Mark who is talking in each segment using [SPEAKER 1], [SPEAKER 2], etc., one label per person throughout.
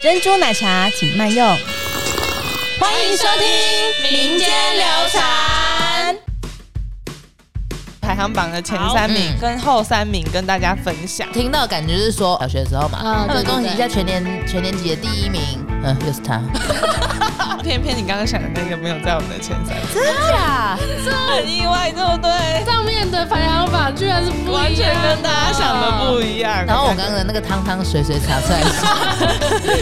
[SPEAKER 1] 珍珠奶茶请慢用。欢迎收听
[SPEAKER 2] 民间流传。
[SPEAKER 3] 排行榜的前三名
[SPEAKER 2] 好
[SPEAKER 3] 跟后三名跟大家分享。
[SPEAKER 2] 听到感觉是说小学的时候嘛，
[SPEAKER 1] 嗯
[SPEAKER 2] 他
[SPEAKER 1] 对
[SPEAKER 2] 们
[SPEAKER 1] 对
[SPEAKER 2] 恭喜
[SPEAKER 1] 对
[SPEAKER 2] 一下全年全年级的第一名，嗯，又是他，
[SPEAKER 3] 偏偏你刚刚想的那个没有在我们的前三，
[SPEAKER 2] 啊，
[SPEAKER 3] 很意外，对不对？
[SPEAKER 4] 上面的排行榜居然是不一样啊
[SPEAKER 3] 完全跟大家想的不
[SPEAKER 4] 一
[SPEAKER 3] 一样。
[SPEAKER 2] 然后我刚刚的那个汤汤水水查出来是，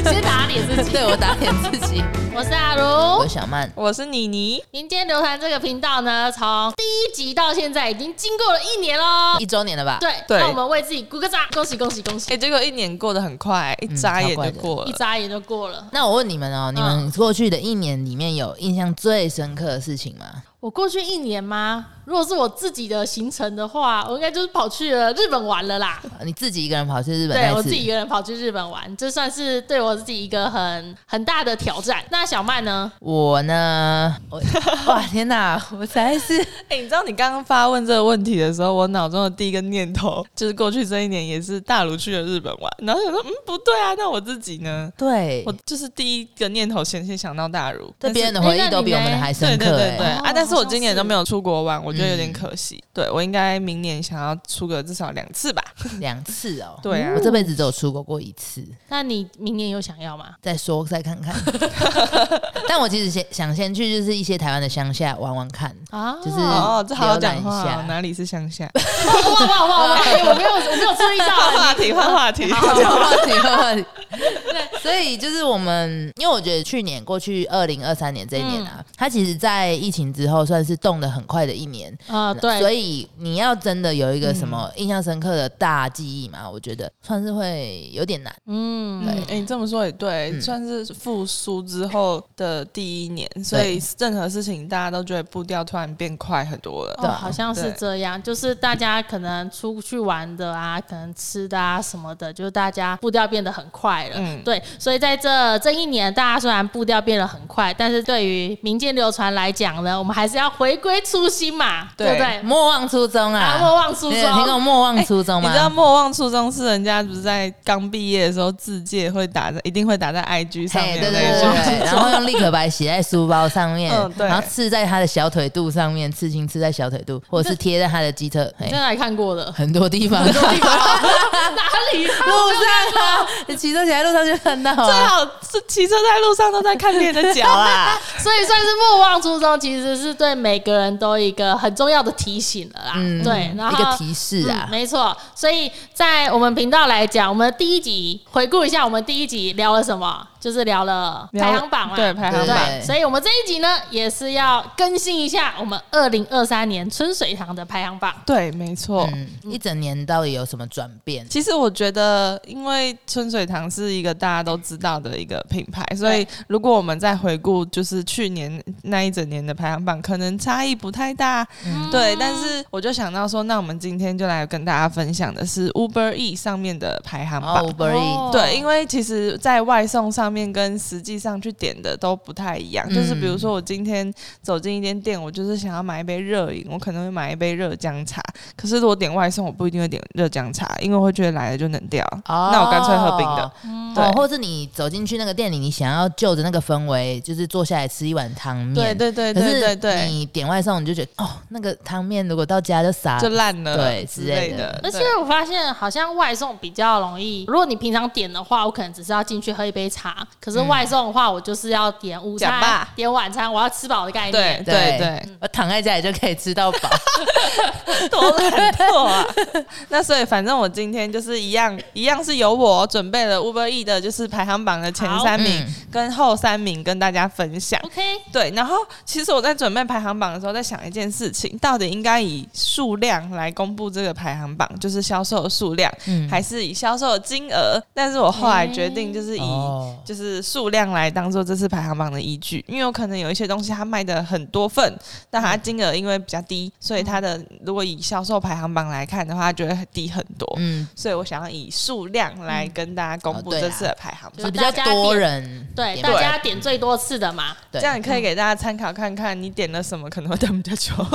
[SPEAKER 4] 样。先打脸自己。
[SPEAKER 2] 对我打脸自己，
[SPEAKER 4] 我是阿
[SPEAKER 2] 我
[SPEAKER 4] 如。
[SPEAKER 2] 小曼，
[SPEAKER 3] 我是妮妮，
[SPEAKER 4] 民间流传这个频道呢，从第一集到现在已经经过了一年喽
[SPEAKER 2] 一。周年了吧？
[SPEAKER 4] 对，
[SPEAKER 3] 对
[SPEAKER 4] 那我们为自己鼓个掌，恭喜恭喜恭
[SPEAKER 3] 哎，
[SPEAKER 4] 喜！
[SPEAKER 3] 结果一年过得很快，一眨眼就过
[SPEAKER 4] 一
[SPEAKER 3] 了。
[SPEAKER 4] 眨眼就过了。
[SPEAKER 2] 那我问你们哦，你们过去的一年里面有印象最深刻的事情吗？
[SPEAKER 4] 我过去一年吗？如果是我自己的行程的话，我应该就是跑去了日本玩了啦。
[SPEAKER 2] 你自己一个人跑去日本
[SPEAKER 4] 对
[SPEAKER 2] 那
[SPEAKER 4] 我
[SPEAKER 2] 一
[SPEAKER 4] 自己一
[SPEAKER 2] 次，
[SPEAKER 4] 个人跑去日本玩，这算是对我自己一个很很大的挑战。那小曼呢？
[SPEAKER 2] 我呢，我 哇天哪，我才是
[SPEAKER 3] 哎，你知道你刚刚发问这个问题的时候，我脑中的第一个念头 就是过去这一年也是大陆去了日本玩，然后想说，嗯，不对啊，那我自己呢？
[SPEAKER 2] 对
[SPEAKER 3] 我，就是第一个念头先先想到大陆，
[SPEAKER 2] 对
[SPEAKER 3] 但是
[SPEAKER 2] 别人的回忆都比我们的还深
[SPEAKER 3] 对对
[SPEAKER 2] 刻
[SPEAKER 3] 对对
[SPEAKER 2] 哎。
[SPEAKER 3] 啊！但是我今年都没有出国玩，我觉得有
[SPEAKER 2] 嗯
[SPEAKER 3] 点可惜。对我应该明年想要出个至少两次吧。
[SPEAKER 2] 两次哦，
[SPEAKER 3] 对啊
[SPEAKER 2] 我这辈子只有出国过一次，
[SPEAKER 4] 那你明年有想要吗？
[SPEAKER 2] 再说再看 看。但我其实先想先去就是一些台湾的乡下玩玩看，
[SPEAKER 4] 啊，
[SPEAKER 2] 就是
[SPEAKER 3] 哦，这好好讲
[SPEAKER 2] 浏
[SPEAKER 3] 话
[SPEAKER 2] 览一
[SPEAKER 3] 哦，
[SPEAKER 2] 下
[SPEAKER 3] 哪里是乡 下？
[SPEAKER 4] 哇哇哇 哇！哎我没有，我没有注意到啊
[SPEAKER 3] 换话题，换话题。
[SPEAKER 2] 换话题，换话题。所以就是我们，因为我觉得去年过去二零二三年这一年
[SPEAKER 3] 嗯
[SPEAKER 2] 啊，它其实在疫情之后算是动得很快的一年。
[SPEAKER 4] 啊，对，
[SPEAKER 2] 所
[SPEAKER 4] 以
[SPEAKER 2] 以你要真的有一个什
[SPEAKER 3] 嗯
[SPEAKER 2] 么印象深刻的大记忆嘛，我觉得算是会有点难。
[SPEAKER 4] 嗯，
[SPEAKER 3] 嗯，哎，你这么说也对，
[SPEAKER 2] 嗯
[SPEAKER 3] 算是复苏之后的第一年，所以任何事情大家都觉得步调突然变快很多了。
[SPEAKER 4] 哦，好像是
[SPEAKER 3] 对
[SPEAKER 4] 这样，就是大家可能出去玩的啊，可能吃的啊什么的，就是大家步调变得很快了。
[SPEAKER 3] 嗯
[SPEAKER 4] 对，所以在这这一年，大家虽然步调变得很快，但是对于民间流传来讲呢，我们还是要回归初心嘛，对
[SPEAKER 3] 对
[SPEAKER 4] 不对？
[SPEAKER 2] 莫忘初衷啊，
[SPEAKER 4] 啊，莫忘初
[SPEAKER 2] 你有听过
[SPEAKER 4] 衷。
[SPEAKER 2] 莫忘初衷
[SPEAKER 3] 你
[SPEAKER 2] 吗？
[SPEAKER 3] 知道莫忘初衷是人家不是在刚毕业的时候自介会打在，一定会打在 IG 上
[SPEAKER 2] 嘿，
[SPEAKER 3] 面
[SPEAKER 2] 对对
[SPEAKER 3] 那一
[SPEAKER 2] 对
[SPEAKER 3] 句。
[SPEAKER 2] 对，然后用立可白写在书包上面，
[SPEAKER 3] 嗯对
[SPEAKER 2] 然后刺在他的小腿肚上面，刺青刺在小腿肚，或者是贴在他的机车，嘿
[SPEAKER 4] 你在哪里看过的？
[SPEAKER 2] 很多地方，路
[SPEAKER 4] 哪里？
[SPEAKER 2] 上啊，骑车起来路上就看到
[SPEAKER 3] 最
[SPEAKER 2] 啊。嗯
[SPEAKER 3] 好是骑车在路上都在看别人的脚啊 啦。
[SPEAKER 4] 所以算是莫忘初衷，其实是对每个人都一个很重要的提醒了啦。
[SPEAKER 2] 嗯
[SPEAKER 4] 对，然后
[SPEAKER 2] 一个提示啊
[SPEAKER 4] 嗯没错。所以在我们频道来讲，我们第一集回顾一下，我们第一集聊了什么？就是聊了
[SPEAKER 3] 聊了
[SPEAKER 4] 排行榜嘛。
[SPEAKER 3] 对排行
[SPEAKER 2] 榜啊
[SPEAKER 4] 对所以我们这一集呢，也是要更新一下我们二零二三年春水堂的排行榜。
[SPEAKER 3] 对，没错。
[SPEAKER 2] 嗯，一整年到底有什么转变？
[SPEAKER 3] 其实我觉得，因为春水堂是一个大家都知道的一个品牌，所以如果我们再回顾，就是去年那一整年的排行榜，可能差异不太大。
[SPEAKER 4] 嗯
[SPEAKER 3] 对，但是我就想到说，那我们今天就来跟大家分享的是 Uber E 上面的排行榜。
[SPEAKER 2] 哦，Uber E，
[SPEAKER 4] 哦
[SPEAKER 3] 对，因为其实，在外送上面跟实际上去点的都不太一样。就是比如
[SPEAKER 2] 嗯
[SPEAKER 3] 说，我今天走进一间店，我就是想要买一杯热饮，我可能会买一杯热姜茶。可是如果点外送，我不一定会点热姜茶，因为我会觉得来了就冷掉，
[SPEAKER 2] 哦
[SPEAKER 3] 那我干脆喝冰的。对
[SPEAKER 2] 哦，或者你走进去那个店里，你想要就着那个氛围，就是坐下来吃一碗汤面。
[SPEAKER 3] 对对对对对
[SPEAKER 2] 可是
[SPEAKER 3] 对，
[SPEAKER 2] 你点外送，你就觉得哦，那个汤面如果到家就洒
[SPEAKER 3] 就烂了
[SPEAKER 2] 对
[SPEAKER 3] 之
[SPEAKER 2] 之类
[SPEAKER 3] 类
[SPEAKER 2] 的
[SPEAKER 3] 的。
[SPEAKER 4] 而且
[SPEAKER 3] 对
[SPEAKER 4] 我发现好像外送比较容易，如果你平常点的话，我可能只是要进去喝一杯茶，可是外送的话，我就是要点午
[SPEAKER 3] 假
[SPEAKER 4] 餐
[SPEAKER 3] 嗯吧、
[SPEAKER 4] 点晚餐，我要吃饱的概
[SPEAKER 3] 对
[SPEAKER 4] 念。
[SPEAKER 3] 对对，
[SPEAKER 2] 我呃躺在家里就可以吃到 饱。
[SPEAKER 3] 多懒惰啊！那所以反正我今天就是一样，一样是由我准备了 Uber E 的，就是排行榜的前
[SPEAKER 4] 好
[SPEAKER 3] 三名
[SPEAKER 2] 嗯
[SPEAKER 3] 跟后三名跟大家分享。
[SPEAKER 4] OK，
[SPEAKER 3] 对，然后其实我在准备排行榜的时候，在想一件事情，到底应该以数量来公布这个排行榜，就是销售的数量，
[SPEAKER 2] 嗯
[SPEAKER 3] 还是以销售的金额？但是我后来决定就是以
[SPEAKER 2] 哦
[SPEAKER 3] 就是数量来当做这次排行榜的依据，因为有可能有一些东西它卖的很多份，但它金额因为比较低，所以它的如果以销售排行榜来看的话，它就会低很多。
[SPEAKER 2] 嗯，
[SPEAKER 3] 所以我想要以数量来跟大家公
[SPEAKER 2] 哦
[SPEAKER 3] 布
[SPEAKER 2] 对
[SPEAKER 3] 这
[SPEAKER 2] 啦
[SPEAKER 3] 次的排行榜。
[SPEAKER 2] 就比较多人
[SPEAKER 4] 对，
[SPEAKER 2] 点
[SPEAKER 4] 大家点最多次的 嘛，
[SPEAKER 2] 对
[SPEAKER 3] 这样你可以给大家参考看看，你点了什么可能会带比较久。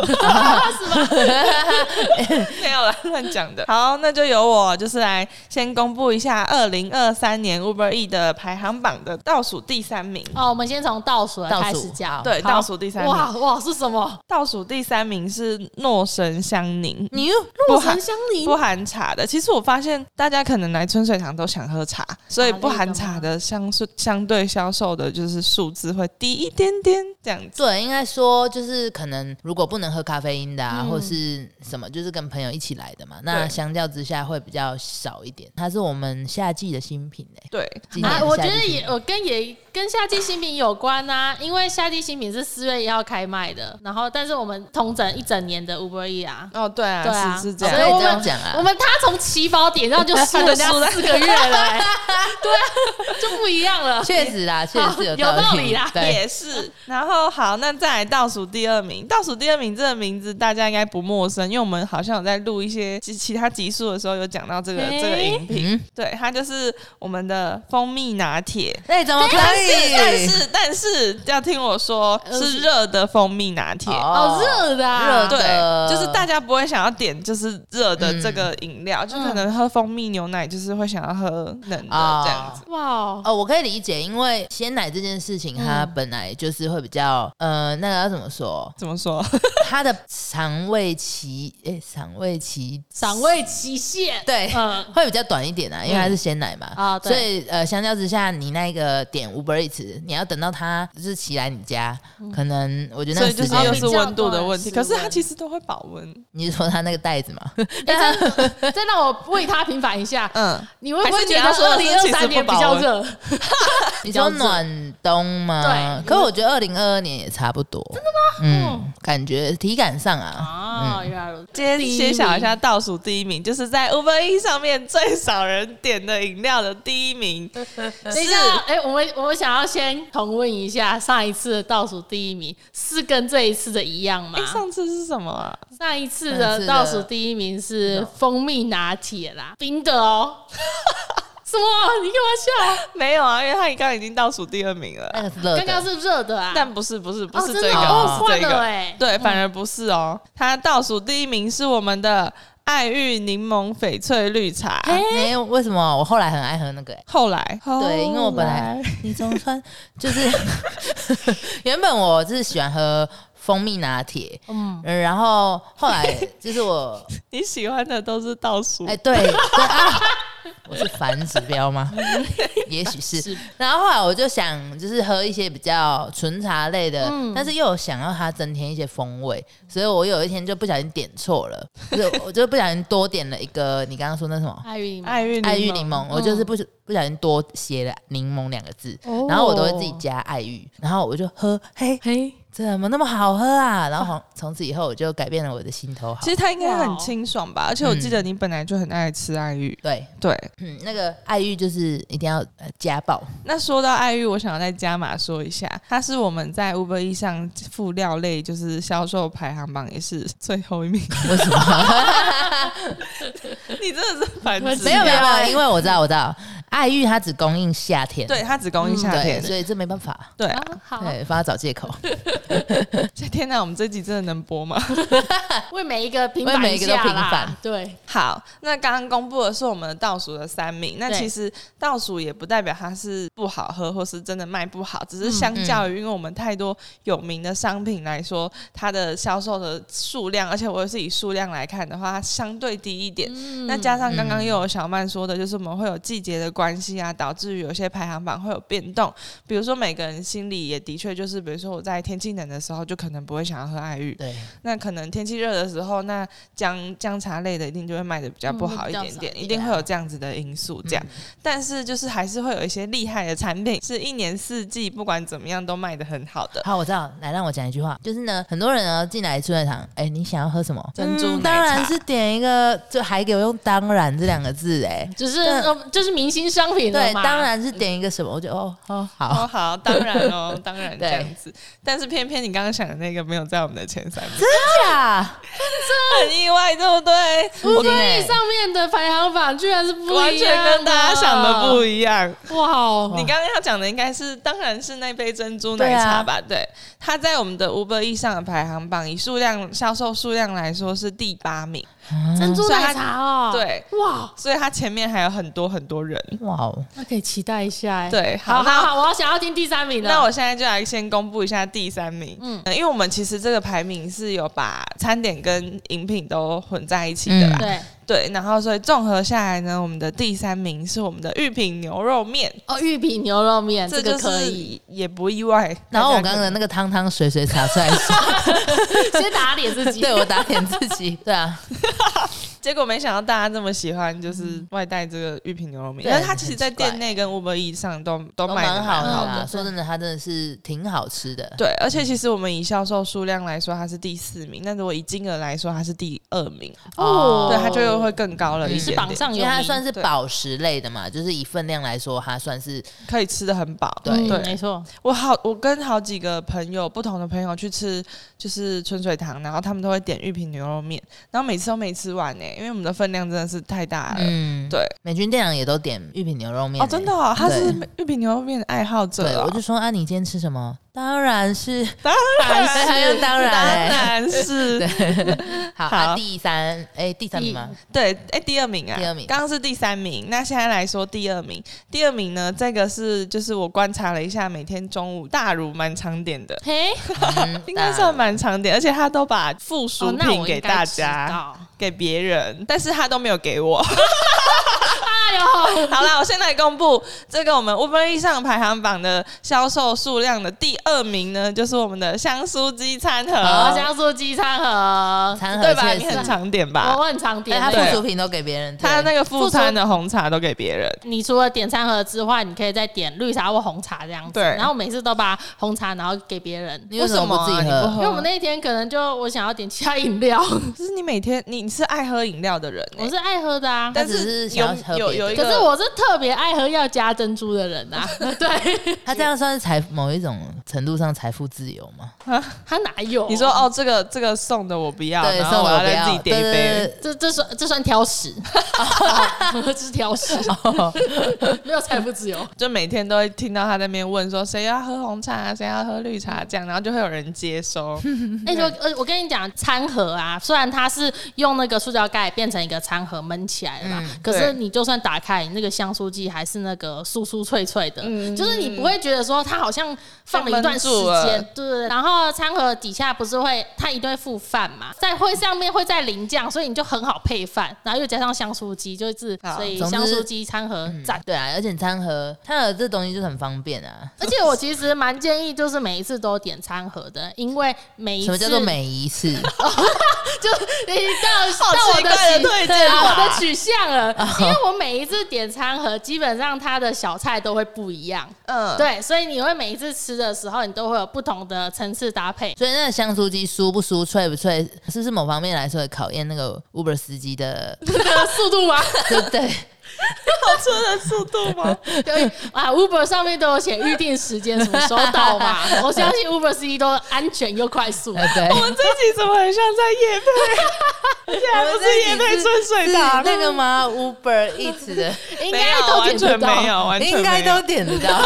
[SPEAKER 3] 没有啦，乱讲的。好，那就由我就是来先公布一下二零二三年 Uber E 的排行榜的倒数第三名。
[SPEAKER 4] 哦，我们先从倒数来
[SPEAKER 2] 倒数
[SPEAKER 4] 开始讲。
[SPEAKER 3] 对，
[SPEAKER 4] 好
[SPEAKER 3] 倒数第三名，
[SPEAKER 4] 哇哇是什么？
[SPEAKER 3] 倒数第三名是诺神香宁。
[SPEAKER 2] 你
[SPEAKER 3] 不
[SPEAKER 4] 洛
[SPEAKER 3] 含
[SPEAKER 4] 神香菱
[SPEAKER 3] 不含茶的，其实我发现大家可能来春水堂都想喝茶，所以不含茶的相对相对销售的就是数字会低一点点这样子。
[SPEAKER 2] 对，应该说就是可能如果不能喝咖啡因的啊，
[SPEAKER 4] 嗯
[SPEAKER 2] 或是什么，就是跟朋友一起来的嘛，那
[SPEAKER 3] 对
[SPEAKER 2] 相较之下会比较少一点。它是我们夏季的新品哎、
[SPEAKER 3] 对，
[SPEAKER 2] 今年
[SPEAKER 4] 啊，
[SPEAKER 2] 的
[SPEAKER 4] 我
[SPEAKER 2] 夏
[SPEAKER 4] 觉
[SPEAKER 2] 季
[SPEAKER 4] 得
[SPEAKER 2] 新
[SPEAKER 4] 也我跟也跟夏季新品有关呐、因为夏季新品是四月一号开卖的，然后但是我们通整一整年的 Uber E 啊，
[SPEAKER 3] 哦，对啊，
[SPEAKER 4] 对啊
[SPEAKER 3] 是是这
[SPEAKER 2] 品，
[SPEAKER 3] 样。
[SPEAKER 2] 所以
[SPEAKER 4] 我
[SPEAKER 2] 这样
[SPEAKER 4] 们
[SPEAKER 2] 讲啊
[SPEAKER 4] 我，们他从起跑点上就输人家
[SPEAKER 3] 输了
[SPEAKER 4] 四个月了、欸，对啊，就不一样了。
[SPEAKER 2] 确实啦，确实有
[SPEAKER 4] 哦有道理
[SPEAKER 2] 理
[SPEAKER 4] 啦
[SPEAKER 2] 对，
[SPEAKER 3] 也是，然后好，那再来倒数第二名，倒数第二名这个名字大家应该不陌生，因为我们好像有在录一些其其他集数的时候有讲到这个、
[SPEAKER 4] 诶
[SPEAKER 3] 这个饮品，
[SPEAKER 2] 嗯，
[SPEAKER 3] 对，它就是我们的蜂蜜拿铁，
[SPEAKER 2] 那怎么哦可
[SPEAKER 3] 但
[SPEAKER 2] 以？
[SPEAKER 3] 是但是要听我说，
[SPEAKER 4] 呃
[SPEAKER 3] 是热的蜂蜜拿铁。
[SPEAKER 4] 哦，热的、啊，
[SPEAKER 2] 热的
[SPEAKER 3] 对，就是大家不会想要点就是热的这个饮
[SPEAKER 2] 嗯
[SPEAKER 3] 料，就可能喝蜂蜜牛奶，就是会想要喝冷的
[SPEAKER 2] 哦
[SPEAKER 3] 这样子。
[SPEAKER 4] 哇哦，
[SPEAKER 2] 哦，我可以理解，因为鲜奶这件事情，它本来就是会比较，呃，那个要怎么说？
[SPEAKER 3] 怎么说？
[SPEAKER 2] 它的肠胃期，诶、肠胃期，
[SPEAKER 4] 赏味期限，
[SPEAKER 2] 对，
[SPEAKER 4] 嗯，
[SPEAKER 2] 会比较短一点啊，因为它是鲜奶嘛，
[SPEAKER 4] 啊对
[SPEAKER 2] 所以呃，相较之下，你那个点 Uber Eats，你要等到它就是骑来你家，可能我觉得
[SPEAKER 3] 所
[SPEAKER 2] 那
[SPEAKER 3] 以
[SPEAKER 2] 个
[SPEAKER 3] 就
[SPEAKER 2] 时
[SPEAKER 3] 是
[SPEAKER 2] 间，
[SPEAKER 3] 又是温度的问题，
[SPEAKER 4] 比较
[SPEAKER 3] 可
[SPEAKER 4] 多的
[SPEAKER 3] 是它其实都会保温。
[SPEAKER 2] 你是说它那个袋子嘛，
[SPEAKER 4] 但哎真真让我为他平反一下，
[SPEAKER 3] 嗯，
[SPEAKER 4] 你会不会觉
[SPEAKER 3] 还
[SPEAKER 4] 得
[SPEAKER 3] 是你
[SPEAKER 4] 二
[SPEAKER 3] 要说
[SPEAKER 4] 零二
[SPEAKER 3] 其实
[SPEAKER 4] 三年
[SPEAKER 3] 不啊
[SPEAKER 4] 比
[SPEAKER 3] 保
[SPEAKER 4] 较
[SPEAKER 3] 温
[SPEAKER 4] 热？
[SPEAKER 2] 你说
[SPEAKER 4] 较热
[SPEAKER 2] 暖冬吗？
[SPEAKER 4] 对
[SPEAKER 2] 可我觉得二零二二年也差不多，真的吗？嗯，感觉体感上
[SPEAKER 3] 嗯
[SPEAKER 2] 啊，
[SPEAKER 4] 哦，原来如此。
[SPEAKER 3] 今天
[SPEAKER 4] 第一
[SPEAKER 3] 揭晓一
[SPEAKER 4] 名
[SPEAKER 3] 下倒数第一名，就是在 Uber E 上面最少人点的饮料的第一名。
[SPEAKER 2] 嗯
[SPEAKER 4] 等一下，哎、我们我们想要先重温一下上一次的倒数第一名是跟这一次的一样吗
[SPEAKER 3] 哎，？上次是什么啊？
[SPEAKER 4] 上一次
[SPEAKER 2] 上一
[SPEAKER 4] 的
[SPEAKER 2] 次的
[SPEAKER 4] 倒数第一名是蜂蜜拿铁啦，冰的哦。 什么？你干嘛笑？
[SPEAKER 3] 没有啊，因为他刚刚已经倒数第二名了。
[SPEAKER 2] 那个是热的，
[SPEAKER 4] 刚刚是热的啊，
[SPEAKER 3] 但不是不是不
[SPEAKER 4] 哦，
[SPEAKER 3] 是
[SPEAKER 4] 真
[SPEAKER 3] 这
[SPEAKER 4] 的
[SPEAKER 3] 个，啊
[SPEAKER 4] 哦，
[SPEAKER 3] 不是
[SPEAKER 4] 换
[SPEAKER 3] 这
[SPEAKER 4] 了
[SPEAKER 3] 个，
[SPEAKER 4] 哎，
[SPEAKER 3] 对，反而不是哦。它倒数第一名是我们的爱玉柠檬翡翠绿茶。
[SPEAKER 2] 没有为什么我后来很爱喝那个、欸？
[SPEAKER 3] 后来，
[SPEAKER 2] 对，因为我本来 你总算就是 原本我就是喜欢喝蜂蜜拿铁，
[SPEAKER 4] 嗯，
[SPEAKER 2] 嗯，然后后来就是我，
[SPEAKER 3] 你喜欢的都是倒数
[SPEAKER 2] 哎、，对对啊，我是反指标吗？也许嗯是。然后后来我就想，就是喝一些比较纯茶类的，但是又有想要它增添一些风味，所以我有一天就不小心点错了，就是我就不小心多点了一个你刚刚说那什么。
[SPEAKER 4] 爱玉柠檬
[SPEAKER 3] 爱玉
[SPEAKER 2] 爱玉柠檬，我就是不不小心多写了柠檬两个字，
[SPEAKER 4] 哦
[SPEAKER 2] 然后我都会自己加爱玉，然后我就喝，嘿，
[SPEAKER 4] 嘿，
[SPEAKER 2] 怎么那么好喝啊？然后好从此以后我就改变了我的心头好
[SPEAKER 3] 其。实它应该
[SPEAKER 2] 哦
[SPEAKER 3] 很清爽吧？而且我记得你本来就很爱吃爱玉。
[SPEAKER 2] 对，
[SPEAKER 3] 对，
[SPEAKER 2] 嗯，那个爱玉就是一定要呃家暴，
[SPEAKER 3] 那说到爱玉，我想要再加码说一下，它是我们在 Uber E 上副料类就是销售排行榜也是最后一名。
[SPEAKER 2] 为什么？
[SPEAKER 3] 你真的是反指
[SPEAKER 2] 没有没有，
[SPEAKER 3] 标
[SPEAKER 2] 没有因为我知道我知道，爱玉它只供应夏天，
[SPEAKER 3] 对它只供应夏
[SPEAKER 2] 嗯对，
[SPEAKER 3] 天。
[SPEAKER 2] 所以这没办法，
[SPEAKER 3] 对啊，
[SPEAKER 4] 啊好，
[SPEAKER 2] 对，帮他找借口，
[SPEAKER 3] 天哪，我们这集真的能播吗？
[SPEAKER 4] 为每一个平
[SPEAKER 2] 为
[SPEAKER 4] 反
[SPEAKER 2] 每
[SPEAKER 4] 一
[SPEAKER 2] 一个都
[SPEAKER 4] 下
[SPEAKER 2] 平
[SPEAKER 4] 啦
[SPEAKER 2] 反，
[SPEAKER 4] 对，
[SPEAKER 3] 好，那刚刚公布的是我们的倒数的三名。那
[SPEAKER 4] 对
[SPEAKER 3] 其实倒数也不代表它是不好喝，或是真的卖不好，只
[SPEAKER 2] 嗯
[SPEAKER 3] 是相较于因为我们太多有名的商品来说，它的销售的数量，而且我又是以数量来看的话，它相对低一点。
[SPEAKER 4] 嗯
[SPEAKER 3] 那加上刚刚又有小曼说的，就是我们会有季节的关系啊，导致于有些排行榜会有变动。比如说每个人心里也的确就是，比如说我在天气冷的时候，就可能不会想要喝爱玉，
[SPEAKER 2] 对，
[SPEAKER 3] 那可能天气热的时候，那姜姜茶类的一定就会卖的比较不好一点点，
[SPEAKER 4] 嗯
[SPEAKER 3] 一定会有这样子的因素。这样，但是就是还是会有一些厉害的产品，是一年四季不管怎么样都卖的很好的。
[SPEAKER 2] 好，我知道，来让我讲一句话，就是呢，很多人呢进来春水堂，哎、你想要喝什么？
[SPEAKER 3] 珍珠奶茶
[SPEAKER 2] 嗯当然是点一个，就还给我用“当然”这两个字、哎，
[SPEAKER 4] 只是
[SPEAKER 2] 但
[SPEAKER 4] 呃就是明星商
[SPEAKER 3] 嗯
[SPEAKER 4] 品了
[SPEAKER 2] 对，
[SPEAKER 4] 嘛，
[SPEAKER 2] 当然是点一个什么，我就哦哦好，
[SPEAKER 3] 哦，好，当然哦，当然这
[SPEAKER 2] 对
[SPEAKER 3] 样子。但是偏偏你刚刚想的那个没有在我们的前三名，
[SPEAKER 2] 真假？
[SPEAKER 3] 很意外，对不对？
[SPEAKER 2] 我跟
[SPEAKER 4] 最上面的排行榜居然是不一样，啊
[SPEAKER 3] 完全跟大家想的不
[SPEAKER 4] 一
[SPEAKER 3] 一样。
[SPEAKER 4] 样。哇，
[SPEAKER 3] 你刚刚要讲的应该是，当然是那杯珍珠奶茶吧？对，它在我们的 Uber E 上的排行榜，以数量销售数量来说是第八名，
[SPEAKER 4] 珍
[SPEAKER 3] 嗯
[SPEAKER 4] 珠奶茶哦，
[SPEAKER 3] 所以它，
[SPEAKER 4] 哇，
[SPEAKER 3] 所以它前面还有很多很多人。
[SPEAKER 2] 哇哦，
[SPEAKER 4] 那可以期待一下哎。
[SPEAKER 3] 对
[SPEAKER 4] 好好
[SPEAKER 3] 好那
[SPEAKER 4] 好，我要想要听第三名了。
[SPEAKER 3] 那我现在就来先公布一下第三名，
[SPEAKER 4] 嗯
[SPEAKER 3] 嗯，因为我们其实这个排名是有把餐点跟饮品都混在一起的啦，
[SPEAKER 2] 嗯
[SPEAKER 4] 对
[SPEAKER 3] 对，然后所以综合下来呢，我们的第三名是我们的玉品牛肉面，
[SPEAKER 4] 哦，玉品牛肉面这
[SPEAKER 3] 就
[SPEAKER 4] 个
[SPEAKER 3] 是
[SPEAKER 4] 可以，
[SPEAKER 3] 也不意外。
[SPEAKER 2] 然后我
[SPEAKER 3] 大
[SPEAKER 2] 刚
[SPEAKER 3] 家
[SPEAKER 2] 刚的那个汤汤水水洒出来 的时候，
[SPEAKER 4] 先打脸自 己。
[SPEAKER 2] 对我打脸自己，对啊，
[SPEAKER 3] 结果没想到大家这么喜欢，就是外带这个玉品牛肉
[SPEAKER 2] 嗯
[SPEAKER 3] 面，
[SPEAKER 2] 对
[SPEAKER 3] 但是它其实，
[SPEAKER 2] 很
[SPEAKER 3] 在
[SPEAKER 2] 奇怪
[SPEAKER 3] 店内跟 Uber E 上都都
[SPEAKER 2] 都
[SPEAKER 3] 卖的
[SPEAKER 2] 蛮好
[SPEAKER 4] 的
[SPEAKER 2] 的
[SPEAKER 4] 蛮好
[SPEAKER 2] 啦。
[SPEAKER 4] 的
[SPEAKER 2] 说真的，它真的是挺好吃的。
[SPEAKER 3] 对，而且其实我们以销售数量来说，它是第四名，但如果以金额来说，它是第二名，
[SPEAKER 4] 哦
[SPEAKER 3] 对，它就会更高
[SPEAKER 2] 嗯
[SPEAKER 3] 了一
[SPEAKER 4] 是
[SPEAKER 3] 点
[SPEAKER 4] 榜
[SPEAKER 3] 点，
[SPEAKER 4] 上
[SPEAKER 2] 因
[SPEAKER 4] 有
[SPEAKER 2] 为它
[SPEAKER 4] 名，
[SPEAKER 2] 算是
[SPEAKER 3] 对
[SPEAKER 2] 饱食类的嘛，就是以分量来说，它算是
[SPEAKER 3] 可以吃的很饱。
[SPEAKER 4] 嗯
[SPEAKER 3] 对，
[SPEAKER 4] 没错，
[SPEAKER 3] 我好，我跟好几个朋友，不同的朋友去吃，就是春水堂，然后他们都会点玉品牛肉面，然后每次都没吃完呢、欸因为我们的分量真的是太大了。
[SPEAKER 2] 嗯，
[SPEAKER 3] 对，
[SPEAKER 2] 美军店长也都点玉品牛肉面
[SPEAKER 3] 哦，
[SPEAKER 2] 欸
[SPEAKER 3] 真的、哦，他是
[SPEAKER 2] 对
[SPEAKER 3] 玉品牛肉面的爱好者
[SPEAKER 2] 对，
[SPEAKER 3] 哦、
[SPEAKER 2] 我就说啊，你今天吃什么？当然是
[SPEAKER 3] 当
[SPEAKER 2] 白
[SPEAKER 3] 然
[SPEAKER 2] 色还有当然
[SPEAKER 3] 当然是
[SPEAKER 2] 好，啊
[SPEAKER 3] 好
[SPEAKER 2] 第三，哎，第三名吗？
[SPEAKER 3] 对，哎、第二名啊，
[SPEAKER 2] 第二名
[SPEAKER 3] 刚刚是第三名，那现在来说第二名，第二名呢，这个是就是我观察了一下，每天中午大如蛮常点的，
[SPEAKER 4] 嘿，
[SPEAKER 2] 嗯
[SPEAKER 3] 应该算蛮常点，而且他都把附
[SPEAKER 4] 哦
[SPEAKER 3] 属
[SPEAKER 4] 那
[SPEAKER 3] 品
[SPEAKER 4] 我
[SPEAKER 3] 给
[SPEAKER 4] 应该
[SPEAKER 3] 大
[SPEAKER 4] 知
[SPEAKER 3] 家。
[SPEAKER 4] 道
[SPEAKER 3] 给别人，但是他都没有给我。
[SPEAKER 4] 哎呦，
[SPEAKER 3] 好啦，我现在公布这个我们 Uber E 上排行榜的销售数量的第二名呢，就是我们的香酥鸡餐盒，
[SPEAKER 2] 哦
[SPEAKER 4] 好像做鸡餐盒，
[SPEAKER 2] 餐
[SPEAKER 3] 对
[SPEAKER 2] 盒
[SPEAKER 3] 吧？
[SPEAKER 2] 确
[SPEAKER 3] 你很
[SPEAKER 2] 实，
[SPEAKER 3] 常点吧？
[SPEAKER 4] 我很常
[SPEAKER 2] 哎
[SPEAKER 4] 点
[SPEAKER 2] 它
[SPEAKER 4] 那
[SPEAKER 2] 附
[SPEAKER 4] 个。
[SPEAKER 2] 属品都给别人，
[SPEAKER 3] 他
[SPEAKER 2] 对
[SPEAKER 3] 那个副餐的红茶都给别人，
[SPEAKER 4] 你除了点餐盒之外，你可以再点绿茶或红茶这样子。
[SPEAKER 3] 对
[SPEAKER 4] 然后我每次都把红茶然后给别人，
[SPEAKER 2] 你为什么不自己
[SPEAKER 3] 为什么啊你
[SPEAKER 2] 喝？
[SPEAKER 3] 不
[SPEAKER 4] 因为我们那一天可能就我想要点其他饮 料，
[SPEAKER 3] 就是你每天你你是爱喝饮料的人、欸，
[SPEAKER 4] 我是爱喝的啊。
[SPEAKER 3] 但
[SPEAKER 2] 他只是
[SPEAKER 3] 是
[SPEAKER 2] 想
[SPEAKER 3] 有
[SPEAKER 2] 要喝
[SPEAKER 3] 有
[SPEAKER 2] 别
[SPEAKER 3] 有
[SPEAKER 2] 的
[SPEAKER 3] 一个，
[SPEAKER 4] 可是我是特别爱喝要加珍珠的人啊， 对
[SPEAKER 2] 他这样算是财某一种程度上财富自由吗？
[SPEAKER 4] 他哪有？
[SPEAKER 3] 你说，哦，这个这个送的我不要，
[SPEAKER 2] 对，
[SPEAKER 3] 然
[SPEAKER 2] 送
[SPEAKER 3] 后
[SPEAKER 2] 我
[SPEAKER 3] 要
[SPEAKER 2] 不
[SPEAKER 3] 再
[SPEAKER 2] 要
[SPEAKER 3] 自己点一杯。
[SPEAKER 2] 对对对
[SPEAKER 4] 这这算这算挑食，这是挑食， 没有财富自由。
[SPEAKER 3] 就每天都会听到他在那边问说谁要喝红茶，谁要喝绿茶，这样，然后就会有人 接收。
[SPEAKER 2] 嗯
[SPEAKER 4] 那就呃，我跟你讲，餐盒啊，虽然它是用那个塑胶盖变成一个餐盒闷起来的嘛，
[SPEAKER 2] 嗯
[SPEAKER 4] 可是
[SPEAKER 3] 对
[SPEAKER 4] 你就算打开，你那个香酥剂还是那个酥酥脆脆的，就是你不会觉得说它好像放了一段时
[SPEAKER 3] 被闷住了
[SPEAKER 4] 间，对对对。然后餐盒底下不是会它一定会附饭嘛，在会上面会再淋酱，所以你就很好配饭，然后又加上香酥鸡，就是
[SPEAKER 3] 好
[SPEAKER 4] 所以
[SPEAKER 2] 总之
[SPEAKER 4] 香酥鸡餐盒
[SPEAKER 2] 嗯
[SPEAKER 4] 赞。
[SPEAKER 2] 对啊，而且餐盒餐盒这东西就是很方便 啊。
[SPEAKER 4] 而且我其实蛮建议，就是每一次都点餐盒的，因为每一次
[SPEAKER 2] 什么叫做每一 次？
[SPEAKER 4] 就 你到
[SPEAKER 3] 好
[SPEAKER 4] 到我
[SPEAKER 3] 奇怪的
[SPEAKER 4] 取
[SPEAKER 3] 推荐
[SPEAKER 4] 对
[SPEAKER 3] 啊哦
[SPEAKER 4] 啊到我
[SPEAKER 3] 法
[SPEAKER 4] 的取向 了，因为我每一次点餐盒，基本上它的小菜都会不一样，
[SPEAKER 3] 嗯，
[SPEAKER 4] 对，所以你会每一次吃的时候，你都会有不同的层次搭 配。
[SPEAKER 2] 所以那个香酥鸡酥不酥、脆不脆，是不是某方面来说也考验那个 Uber 司机的，
[SPEAKER 4] 速度吗？
[SPEAKER 2] 对不 对？
[SPEAKER 3] 好吃的速度 吗？
[SPEAKER 4] 对 啊，Uber 上面都有写预定时间什么时候到 嘛，我相信 Uber 司机都安全又快速。
[SPEAKER 2] 呃对，
[SPEAKER 3] 我们这集怎么很像在 夜配？现在不是夜配春水
[SPEAKER 2] 打
[SPEAKER 3] 堂，
[SPEAKER 2] 那个吗？Uber Eats 的，
[SPEAKER 4] 应
[SPEAKER 3] 没
[SPEAKER 4] 该
[SPEAKER 3] 有，
[SPEAKER 4] 都点
[SPEAKER 3] 完
[SPEAKER 4] 得
[SPEAKER 3] 全
[SPEAKER 4] 到，
[SPEAKER 3] 没有，完全没有
[SPEAKER 2] 应该都点得 到。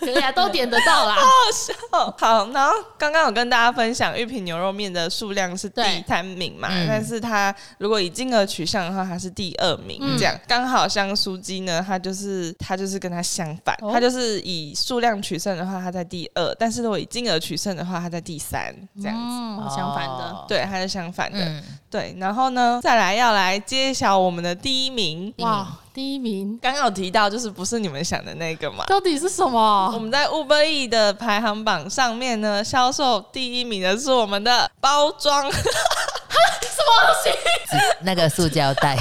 [SPEAKER 4] 可以啊，都点得到啦。
[SPEAKER 3] 好笑。好，然后刚刚有跟大家分享玉品牛肉面的数量是第
[SPEAKER 4] 对
[SPEAKER 3] 三名嘛，
[SPEAKER 2] 嗯
[SPEAKER 3] 但是它如果以金额取向的话，它是第二名，
[SPEAKER 4] 嗯
[SPEAKER 3] 这样刚好像苏鸡呢，它就是它就是跟它相反，
[SPEAKER 4] 哦
[SPEAKER 3] 它就是以数量取胜的话，它在第二，但是如果以金额取胜的话，它在第三，这样子。
[SPEAKER 4] 嗯，相反的，
[SPEAKER 2] 哦，
[SPEAKER 3] 对，它是相反的。
[SPEAKER 2] 嗯，
[SPEAKER 3] 对，然后呢，再来要来揭晓我们的第一名。
[SPEAKER 4] 哇，第一名
[SPEAKER 3] 刚刚有提到，就是不是你们想的那个嘛？
[SPEAKER 4] 到底是什
[SPEAKER 3] 我
[SPEAKER 4] 么？
[SPEAKER 3] 们在 Uber E 的排行榜上面呢，销售第一名的是我们的包
[SPEAKER 4] 什么
[SPEAKER 3] 装，
[SPEAKER 4] 东西？
[SPEAKER 2] 纸那个塑胶袋，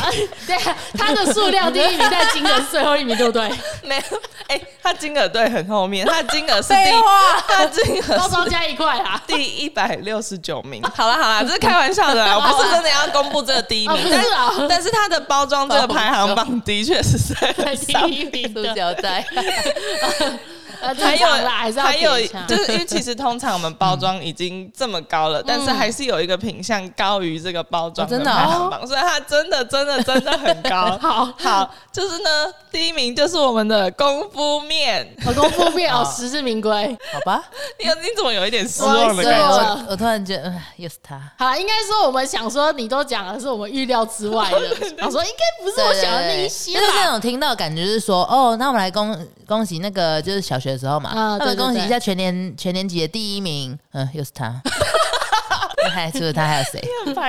[SPEAKER 4] 对，它的数量第一名，但金额是最后一名，对不对？
[SPEAKER 3] 没有，哎、它金额对很后面，它金额是第
[SPEAKER 2] 废，话，
[SPEAKER 3] 它金
[SPEAKER 4] 包
[SPEAKER 3] 额是
[SPEAKER 4] 装加一块啦。
[SPEAKER 3] 第一百六十九名。好了好 了，这是开玩笑的啦，我不是真的要公布这个第一
[SPEAKER 4] 哦，
[SPEAKER 3] 名
[SPEAKER 4] 不，
[SPEAKER 3] 但
[SPEAKER 4] 是啊，
[SPEAKER 3] 但是哦它的包装这个排行榜的确是在
[SPEAKER 4] 在
[SPEAKER 3] 上
[SPEAKER 4] 第一名
[SPEAKER 2] 塑
[SPEAKER 4] 的，
[SPEAKER 2] 胶袋，
[SPEAKER 4] 呃，
[SPEAKER 3] 还
[SPEAKER 4] 正
[SPEAKER 3] 有
[SPEAKER 4] 常啦，还是要
[SPEAKER 3] 还有
[SPEAKER 4] 点一下，。
[SPEAKER 3] 就是因为其实通常我们包装已经这么高了，但是还是有一个品相高于这个包装
[SPEAKER 2] 哦真的哦
[SPEAKER 3] 排行榜，所以它真的真的真的很高
[SPEAKER 4] 好
[SPEAKER 3] 好，就是呢，第一名就是我们的功夫面。
[SPEAKER 4] 我功夫面哦，
[SPEAKER 2] 好
[SPEAKER 4] 实至名归。
[SPEAKER 2] 好吧？
[SPEAKER 3] 你有你怎么有一点失望的
[SPEAKER 2] 对，
[SPEAKER 4] 对
[SPEAKER 3] 感觉？
[SPEAKER 2] 我我突然觉得，呃又是他。
[SPEAKER 4] 好啦，应该说我们想说你都讲了，是我们预料之外的。我说应该不是我想的那啊一些
[SPEAKER 2] 对对对就是那
[SPEAKER 4] 吧？
[SPEAKER 2] 种听到的感觉是说，哦，那我们来恭恭喜那个，就是小学的时候嘛，
[SPEAKER 4] 啊
[SPEAKER 2] 那我
[SPEAKER 4] 对
[SPEAKER 2] 们
[SPEAKER 4] 对
[SPEAKER 2] 恭喜一
[SPEAKER 4] 对
[SPEAKER 2] 下全年全年级的第一名，嗯，又是他， 还除了他还有谁？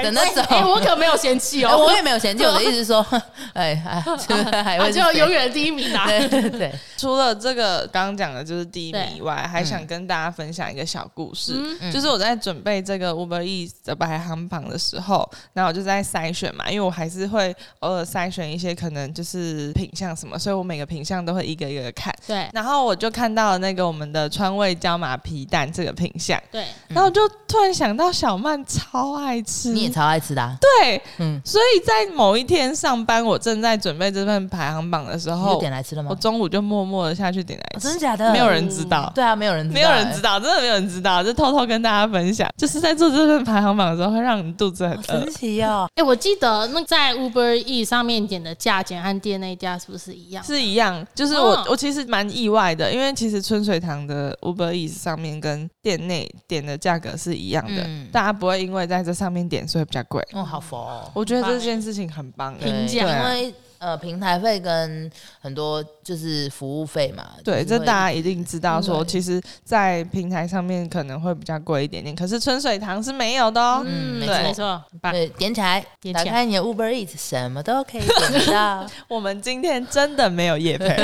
[SPEAKER 2] 的那种，
[SPEAKER 4] 哎，我可没有嫌弃
[SPEAKER 2] 哎
[SPEAKER 4] 哦，
[SPEAKER 2] 我也没有嫌弃，我的意思是说， 哼哎， 还就是还
[SPEAKER 4] 啊
[SPEAKER 2] 会是
[SPEAKER 4] 就
[SPEAKER 2] 谁
[SPEAKER 4] 永远第一名啦。啊
[SPEAKER 2] 对对对，
[SPEAKER 3] 除了这个刚刚讲的就是第一名
[SPEAKER 4] 对
[SPEAKER 3] 以外，还想跟大家分享一个小故事，
[SPEAKER 2] 嗯
[SPEAKER 3] 就是我在准备这个 Uber E 的排行榜的时候，然后我就在筛选嘛，因为我还是会偶尔筛选一些可能就是品相什么，所以我每个品相都会一个一个看。
[SPEAKER 4] 对
[SPEAKER 3] 然后我就看到了那个我们的川味椒麻皮蛋这个品相，
[SPEAKER 4] 对，
[SPEAKER 3] 然后我就突然想到小曼超爱吃，
[SPEAKER 2] 你也超爱吃的啊，
[SPEAKER 3] 对，
[SPEAKER 2] 嗯，
[SPEAKER 3] 所以在某一天上班，我正在准备这份排行榜的时
[SPEAKER 2] 你就
[SPEAKER 3] 候，
[SPEAKER 2] 点来吃了吗
[SPEAKER 3] 我？中午就默默的下去点来
[SPEAKER 2] 哦
[SPEAKER 3] 吃，
[SPEAKER 2] 真的假的？
[SPEAKER 3] 没有人知道。
[SPEAKER 2] 对啊，没有人，
[SPEAKER 3] 没有人嗯知。道，真的没有人知道，就偷偷跟大家分享，就是在做这份排行榜的时候，会让你肚子很
[SPEAKER 2] 好
[SPEAKER 3] 饿
[SPEAKER 2] 神。奇哦！
[SPEAKER 4] 哎，我记得那在 Uber E 上面点的价钱和店那一家是不是一样？
[SPEAKER 3] 是一样，就是我、
[SPEAKER 4] 哦
[SPEAKER 3] 我其实蛮意外的，因为其实春水堂的 Uber Eats 上面跟店内点的价格是一样的，
[SPEAKER 2] 嗯
[SPEAKER 3] 大家不会因为在这上面点所以比较贵。
[SPEAKER 2] 哦，好佛哦。
[SPEAKER 3] 我觉得
[SPEAKER 4] 很棒
[SPEAKER 3] 这件事情很棒、欸，
[SPEAKER 2] 对
[SPEAKER 4] 评价
[SPEAKER 2] 因
[SPEAKER 3] 啊
[SPEAKER 2] 为呃平台费跟很多就是服务费嘛，
[SPEAKER 3] 对，
[SPEAKER 2] 就
[SPEAKER 3] 这
[SPEAKER 2] 是会
[SPEAKER 3] 大家一定知道
[SPEAKER 2] 对
[SPEAKER 3] 说，其实，在平台上面可能会比较贵一点点，可是春水堂是没有的哦。
[SPEAKER 2] 嗯
[SPEAKER 4] 嗯，
[SPEAKER 2] 没
[SPEAKER 3] 错
[SPEAKER 4] 没错，
[SPEAKER 3] 吧
[SPEAKER 2] 对点起来，
[SPEAKER 4] 点
[SPEAKER 2] 打
[SPEAKER 4] 起来
[SPEAKER 2] 开你的 Uber Eats，什么都可以点得到。
[SPEAKER 3] 我们今天真的没有夜配，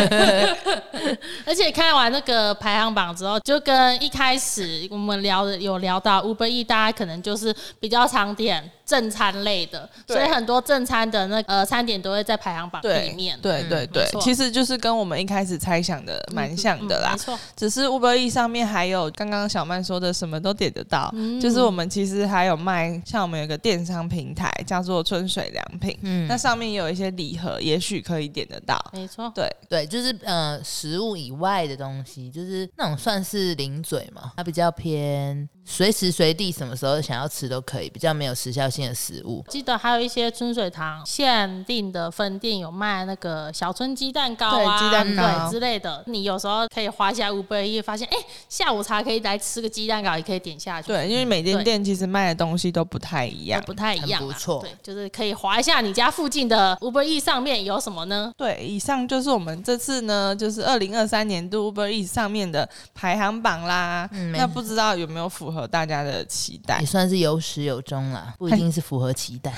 [SPEAKER 4] 而且看完那个排行榜之后，就跟一开始我们聊的有聊到 Uber E，大家可能就是比较常点正餐类的，
[SPEAKER 3] 对
[SPEAKER 4] 所以很多正餐的那呃餐点都会在排行榜
[SPEAKER 3] 对
[SPEAKER 4] 里面。
[SPEAKER 3] 对对对
[SPEAKER 4] 嗯没，错
[SPEAKER 3] 其实就是跟我们一开始猜想的蛮像的
[SPEAKER 4] 嗯
[SPEAKER 3] 啦
[SPEAKER 4] 没。错，
[SPEAKER 3] 只是 Uber E 上面还有刚刚小曼说的什么都点得到，
[SPEAKER 4] 嗯
[SPEAKER 3] 就是我们其实还有卖，像我们有一个电商平台叫做春水良品，
[SPEAKER 2] 嗯
[SPEAKER 3] 那上面也有一些礼盒，也许可以点得到。
[SPEAKER 4] 没错。
[SPEAKER 3] 对，
[SPEAKER 2] 对，就是呃食物以外的东西，就是那种算是零嘴嘛，它比较偏随时随地什么时候想要吃都可以，比较没有时效性的食物。
[SPEAKER 4] 记得还有一些春水堂限定的分店有卖那个小春鸡蛋糕啊，
[SPEAKER 3] 对鸡蛋糕
[SPEAKER 4] 对之类的。你有时候可以花一下 Uber E，发现哎、下午茶可以来吃个鸡蛋糕，也可以点下去。
[SPEAKER 3] 对，因为每间
[SPEAKER 4] 对
[SPEAKER 3] 店其实卖的东西都不太一样
[SPEAKER 4] 都。不太一样啊，
[SPEAKER 2] 很不错
[SPEAKER 4] 对，就是可以划一下你家附近的 Uber E 上面有什么呢？
[SPEAKER 3] 对，以上就是我们这次呢，就是二零二三年度 Uber E 上面的排行榜啦。
[SPEAKER 2] 嗯没
[SPEAKER 3] 那不知道有没有符合大家的期待
[SPEAKER 2] 也？算是有始有终啦，不一定是符合期待。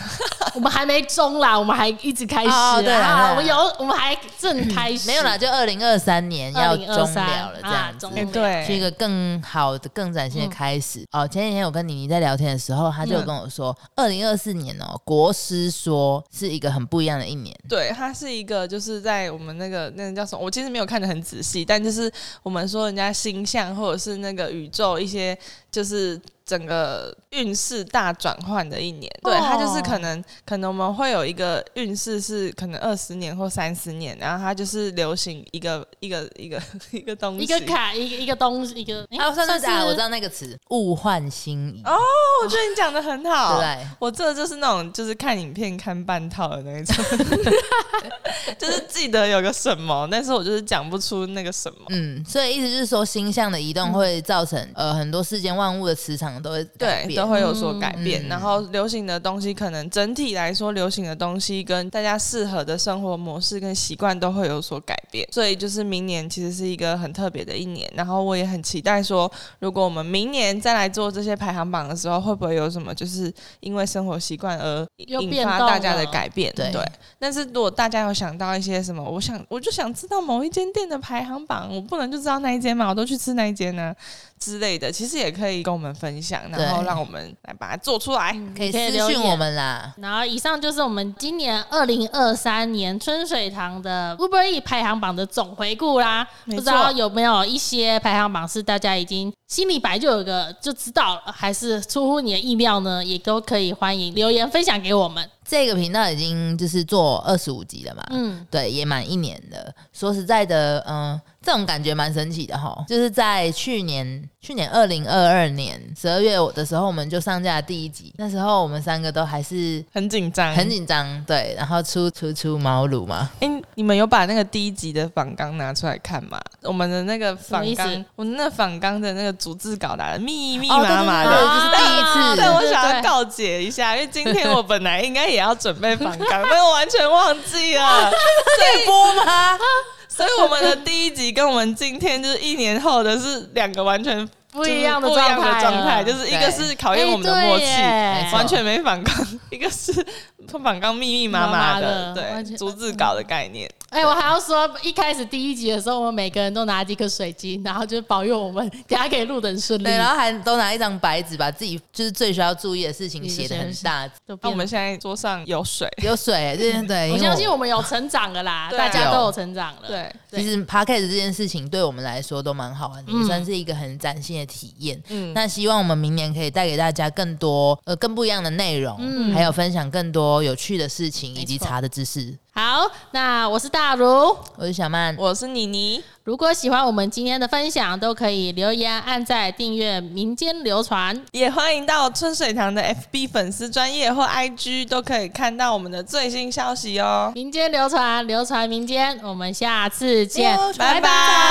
[SPEAKER 4] 我们还没中啦，我们还一直开始
[SPEAKER 2] 哦对啦对
[SPEAKER 4] 啊，
[SPEAKER 2] 啦
[SPEAKER 4] 我们有，我们还正开始，
[SPEAKER 2] 没有啦，就二零二三年要终了了，这样子
[SPEAKER 4] 2023啊终
[SPEAKER 3] 哎、
[SPEAKER 4] 了
[SPEAKER 2] 是一
[SPEAKER 3] 对，
[SPEAKER 2] 个更好的、更崭新的开始。哦，前几天我跟妮妮在聊天的时候，她就有
[SPEAKER 3] 嗯
[SPEAKER 2] 跟我说，二零二四年哦，国师说是一个很不一样的一年。
[SPEAKER 3] 对，它是一个就是在我们那个那个叫什么？我其实没有看得很仔细，但就是我们说人家星象或者是那个宇宙一些就是。整个运势大转换的一年，对、它就是
[SPEAKER 4] 哦
[SPEAKER 3] 可能可能我们会有一个运势是可能二十年或三十年，然后它就是流行一个一个一个 一个东西，
[SPEAKER 4] 一个卡，一个一个东西，一个，哎
[SPEAKER 2] 还有上次啊，
[SPEAKER 4] 是
[SPEAKER 2] 我知道那个词“物换星移”，
[SPEAKER 3] 哦，我觉得你讲的很
[SPEAKER 2] 对
[SPEAKER 3] 好。
[SPEAKER 2] 不对？
[SPEAKER 3] 我这就是那种就是看影片看半套的那一种， 就是记得有个什么，但是我就是讲不出那个什么。
[SPEAKER 2] 嗯，所以意思就是说，星象的移动会造成、呃很多世间万物的磁场都会改
[SPEAKER 3] 对，
[SPEAKER 2] 变
[SPEAKER 3] 都。会有所改变。
[SPEAKER 2] 嗯
[SPEAKER 3] 然后流行的东西，可能整体来说，流行的东西跟大家适合的生活模式跟习惯都会有所改变。所以就是明年其实是一个很特别的一年。然后我也很期待说，如果我们明年再来做这些排行榜的时候，会不会有什么就是因为生活习惯而
[SPEAKER 4] 又
[SPEAKER 3] 引
[SPEAKER 4] 变
[SPEAKER 3] 发
[SPEAKER 4] 动
[SPEAKER 3] 大家
[SPEAKER 4] 了
[SPEAKER 3] 的改变？
[SPEAKER 2] 对
[SPEAKER 3] 但是如果大家有想到一些什么，我想我就想知道某一间店的排行榜，我不能就知道那一间嘛，我都去吃那一间啊呢、之类的，其实也可以跟我们分享，
[SPEAKER 2] 对
[SPEAKER 3] 然后让我们来把它做出来。
[SPEAKER 2] 可以
[SPEAKER 4] 你可以
[SPEAKER 2] 私
[SPEAKER 4] 留
[SPEAKER 2] 讯
[SPEAKER 4] 言啊
[SPEAKER 2] 我们啦，
[SPEAKER 4] 然后以上就是我们今年二零二三年春水堂的 Uber E 排行榜的总回顾啦。
[SPEAKER 3] 没
[SPEAKER 4] 不
[SPEAKER 3] 错
[SPEAKER 4] 知道有没有一些排行榜是大家已经心里本来就有个就知道了，还是出乎你的意料呢？也都可以欢迎留言分享给我们。
[SPEAKER 2] 这个频道已经就是做二十五集了嘛，
[SPEAKER 4] 嗯，
[SPEAKER 2] 对，也满一年了。说实在的，嗯、这种感觉蛮神奇的哈。就是在去年，去年二零二二年十二月的时候，我们就上架第一集，那时候我们三个都还是
[SPEAKER 3] 很紧张，
[SPEAKER 2] 很紧张，对，然后初初出茅庐嘛，
[SPEAKER 3] 哎、你们有把那个第一集的访纲拿出来看吗？我们的那个访
[SPEAKER 4] 什么意
[SPEAKER 3] 纲
[SPEAKER 4] 思，
[SPEAKER 3] 我们那访纲的那个逐字稿打的密密
[SPEAKER 2] 哦
[SPEAKER 3] 麻麻
[SPEAKER 2] 对
[SPEAKER 3] 的。
[SPEAKER 2] 这是第一次
[SPEAKER 4] 啊
[SPEAKER 2] 对
[SPEAKER 3] 对，我想要
[SPEAKER 4] 对
[SPEAKER 3] 告解一下，因为今天我本来应该也要准备访纲，但我完全忘记了，
[SPEAKER 2] 可以播吗？
[SPEAKER 3] 所以我们的第一集跟我们今天就是一年后的是两个完全
[SPEAKER 4] 不
[SPEAKER 3] 就是
[SPEAKER 4] 一样的
[SPEAKER 3] 不一
[SPEAKER 4] 状
[SPEAKER 3] 样的
[SPEAKER 4] 态
[SPEAKER 3] 状态，
[SPEAKER 4] 了，
[SPEAKER 3] 就是一
[SPEAKER 2] 对
[SPEAKER 3] 个是考验我们的默契，
[SPEAKER 4] 哎
[SPEAKER 2] 没
[SPEAKER 4] 对耶
[SPEAKER 2] 错
[SPEAKER 3] 完全没反抗；一个是反抗密密麻麻的，
[SPEAKER 4] 麻麻的完
[SPEAKER 3] 对，
[SPEAKER 4] 全
[SPEAKER 3] 逐字稿的概念。
[SPEAKER 4] 哎、我还要说，一开始第一集的时候，我们每个人都拿几颗水晶，然后就是保佑我们，等下可以录的很顺利。
[SPEAKER 2] 对，然后还都拿一张白纸，把自己就是最需要注意的事情写的很大，
[SPEAKER 4] 都
[SPEAKER 3] 那
[SPEAKER 4] 变
[SPEAKER 3] 我们现在桌上有水，
[SPEAKER 2] 有水，对对对，因为
[SPEAKER 4] 我相信我们有成长了啦，
[SPEAKER 3] 对啊
[SPEAKER 4] 大家都有成长了。
[SPEAKER 3] 哎对，
[SPEAKER 2] 其实 p o d c a s t 这件事情对我们来说都蛮好玩的，也算是一个很崭新的体验。
[SPEAKER 3] 嗯
[SPEAKER 2] 那希望我们明年可以带给大家更多呃更不一样的内容，
[SPEAKER 3] 嗯
[SPEAKER 2] 还有分享更多有趣的事情以及茶的知识。
[SPEAKER 4] 好，那我是大如。
[SPEAKER 2] 我是小曼，
[SPEAKER 3] 我是妮妮，
[SPEAKER 4] 如果喜欢我们今天的分享，都可以留言、按赞、订阅《民间流传》。
[SPEAKER 3] 也欢迎到春水堂的 FB 粉丝专业或 IG 都可以看到我们的最新消息哦。
[SPEAKER 4] 民间流传，流传民间。我们下次见，
[SPEAKER 2] 流
[SPEAKER 3] 拜拜。
[SPEAKER 4] 拜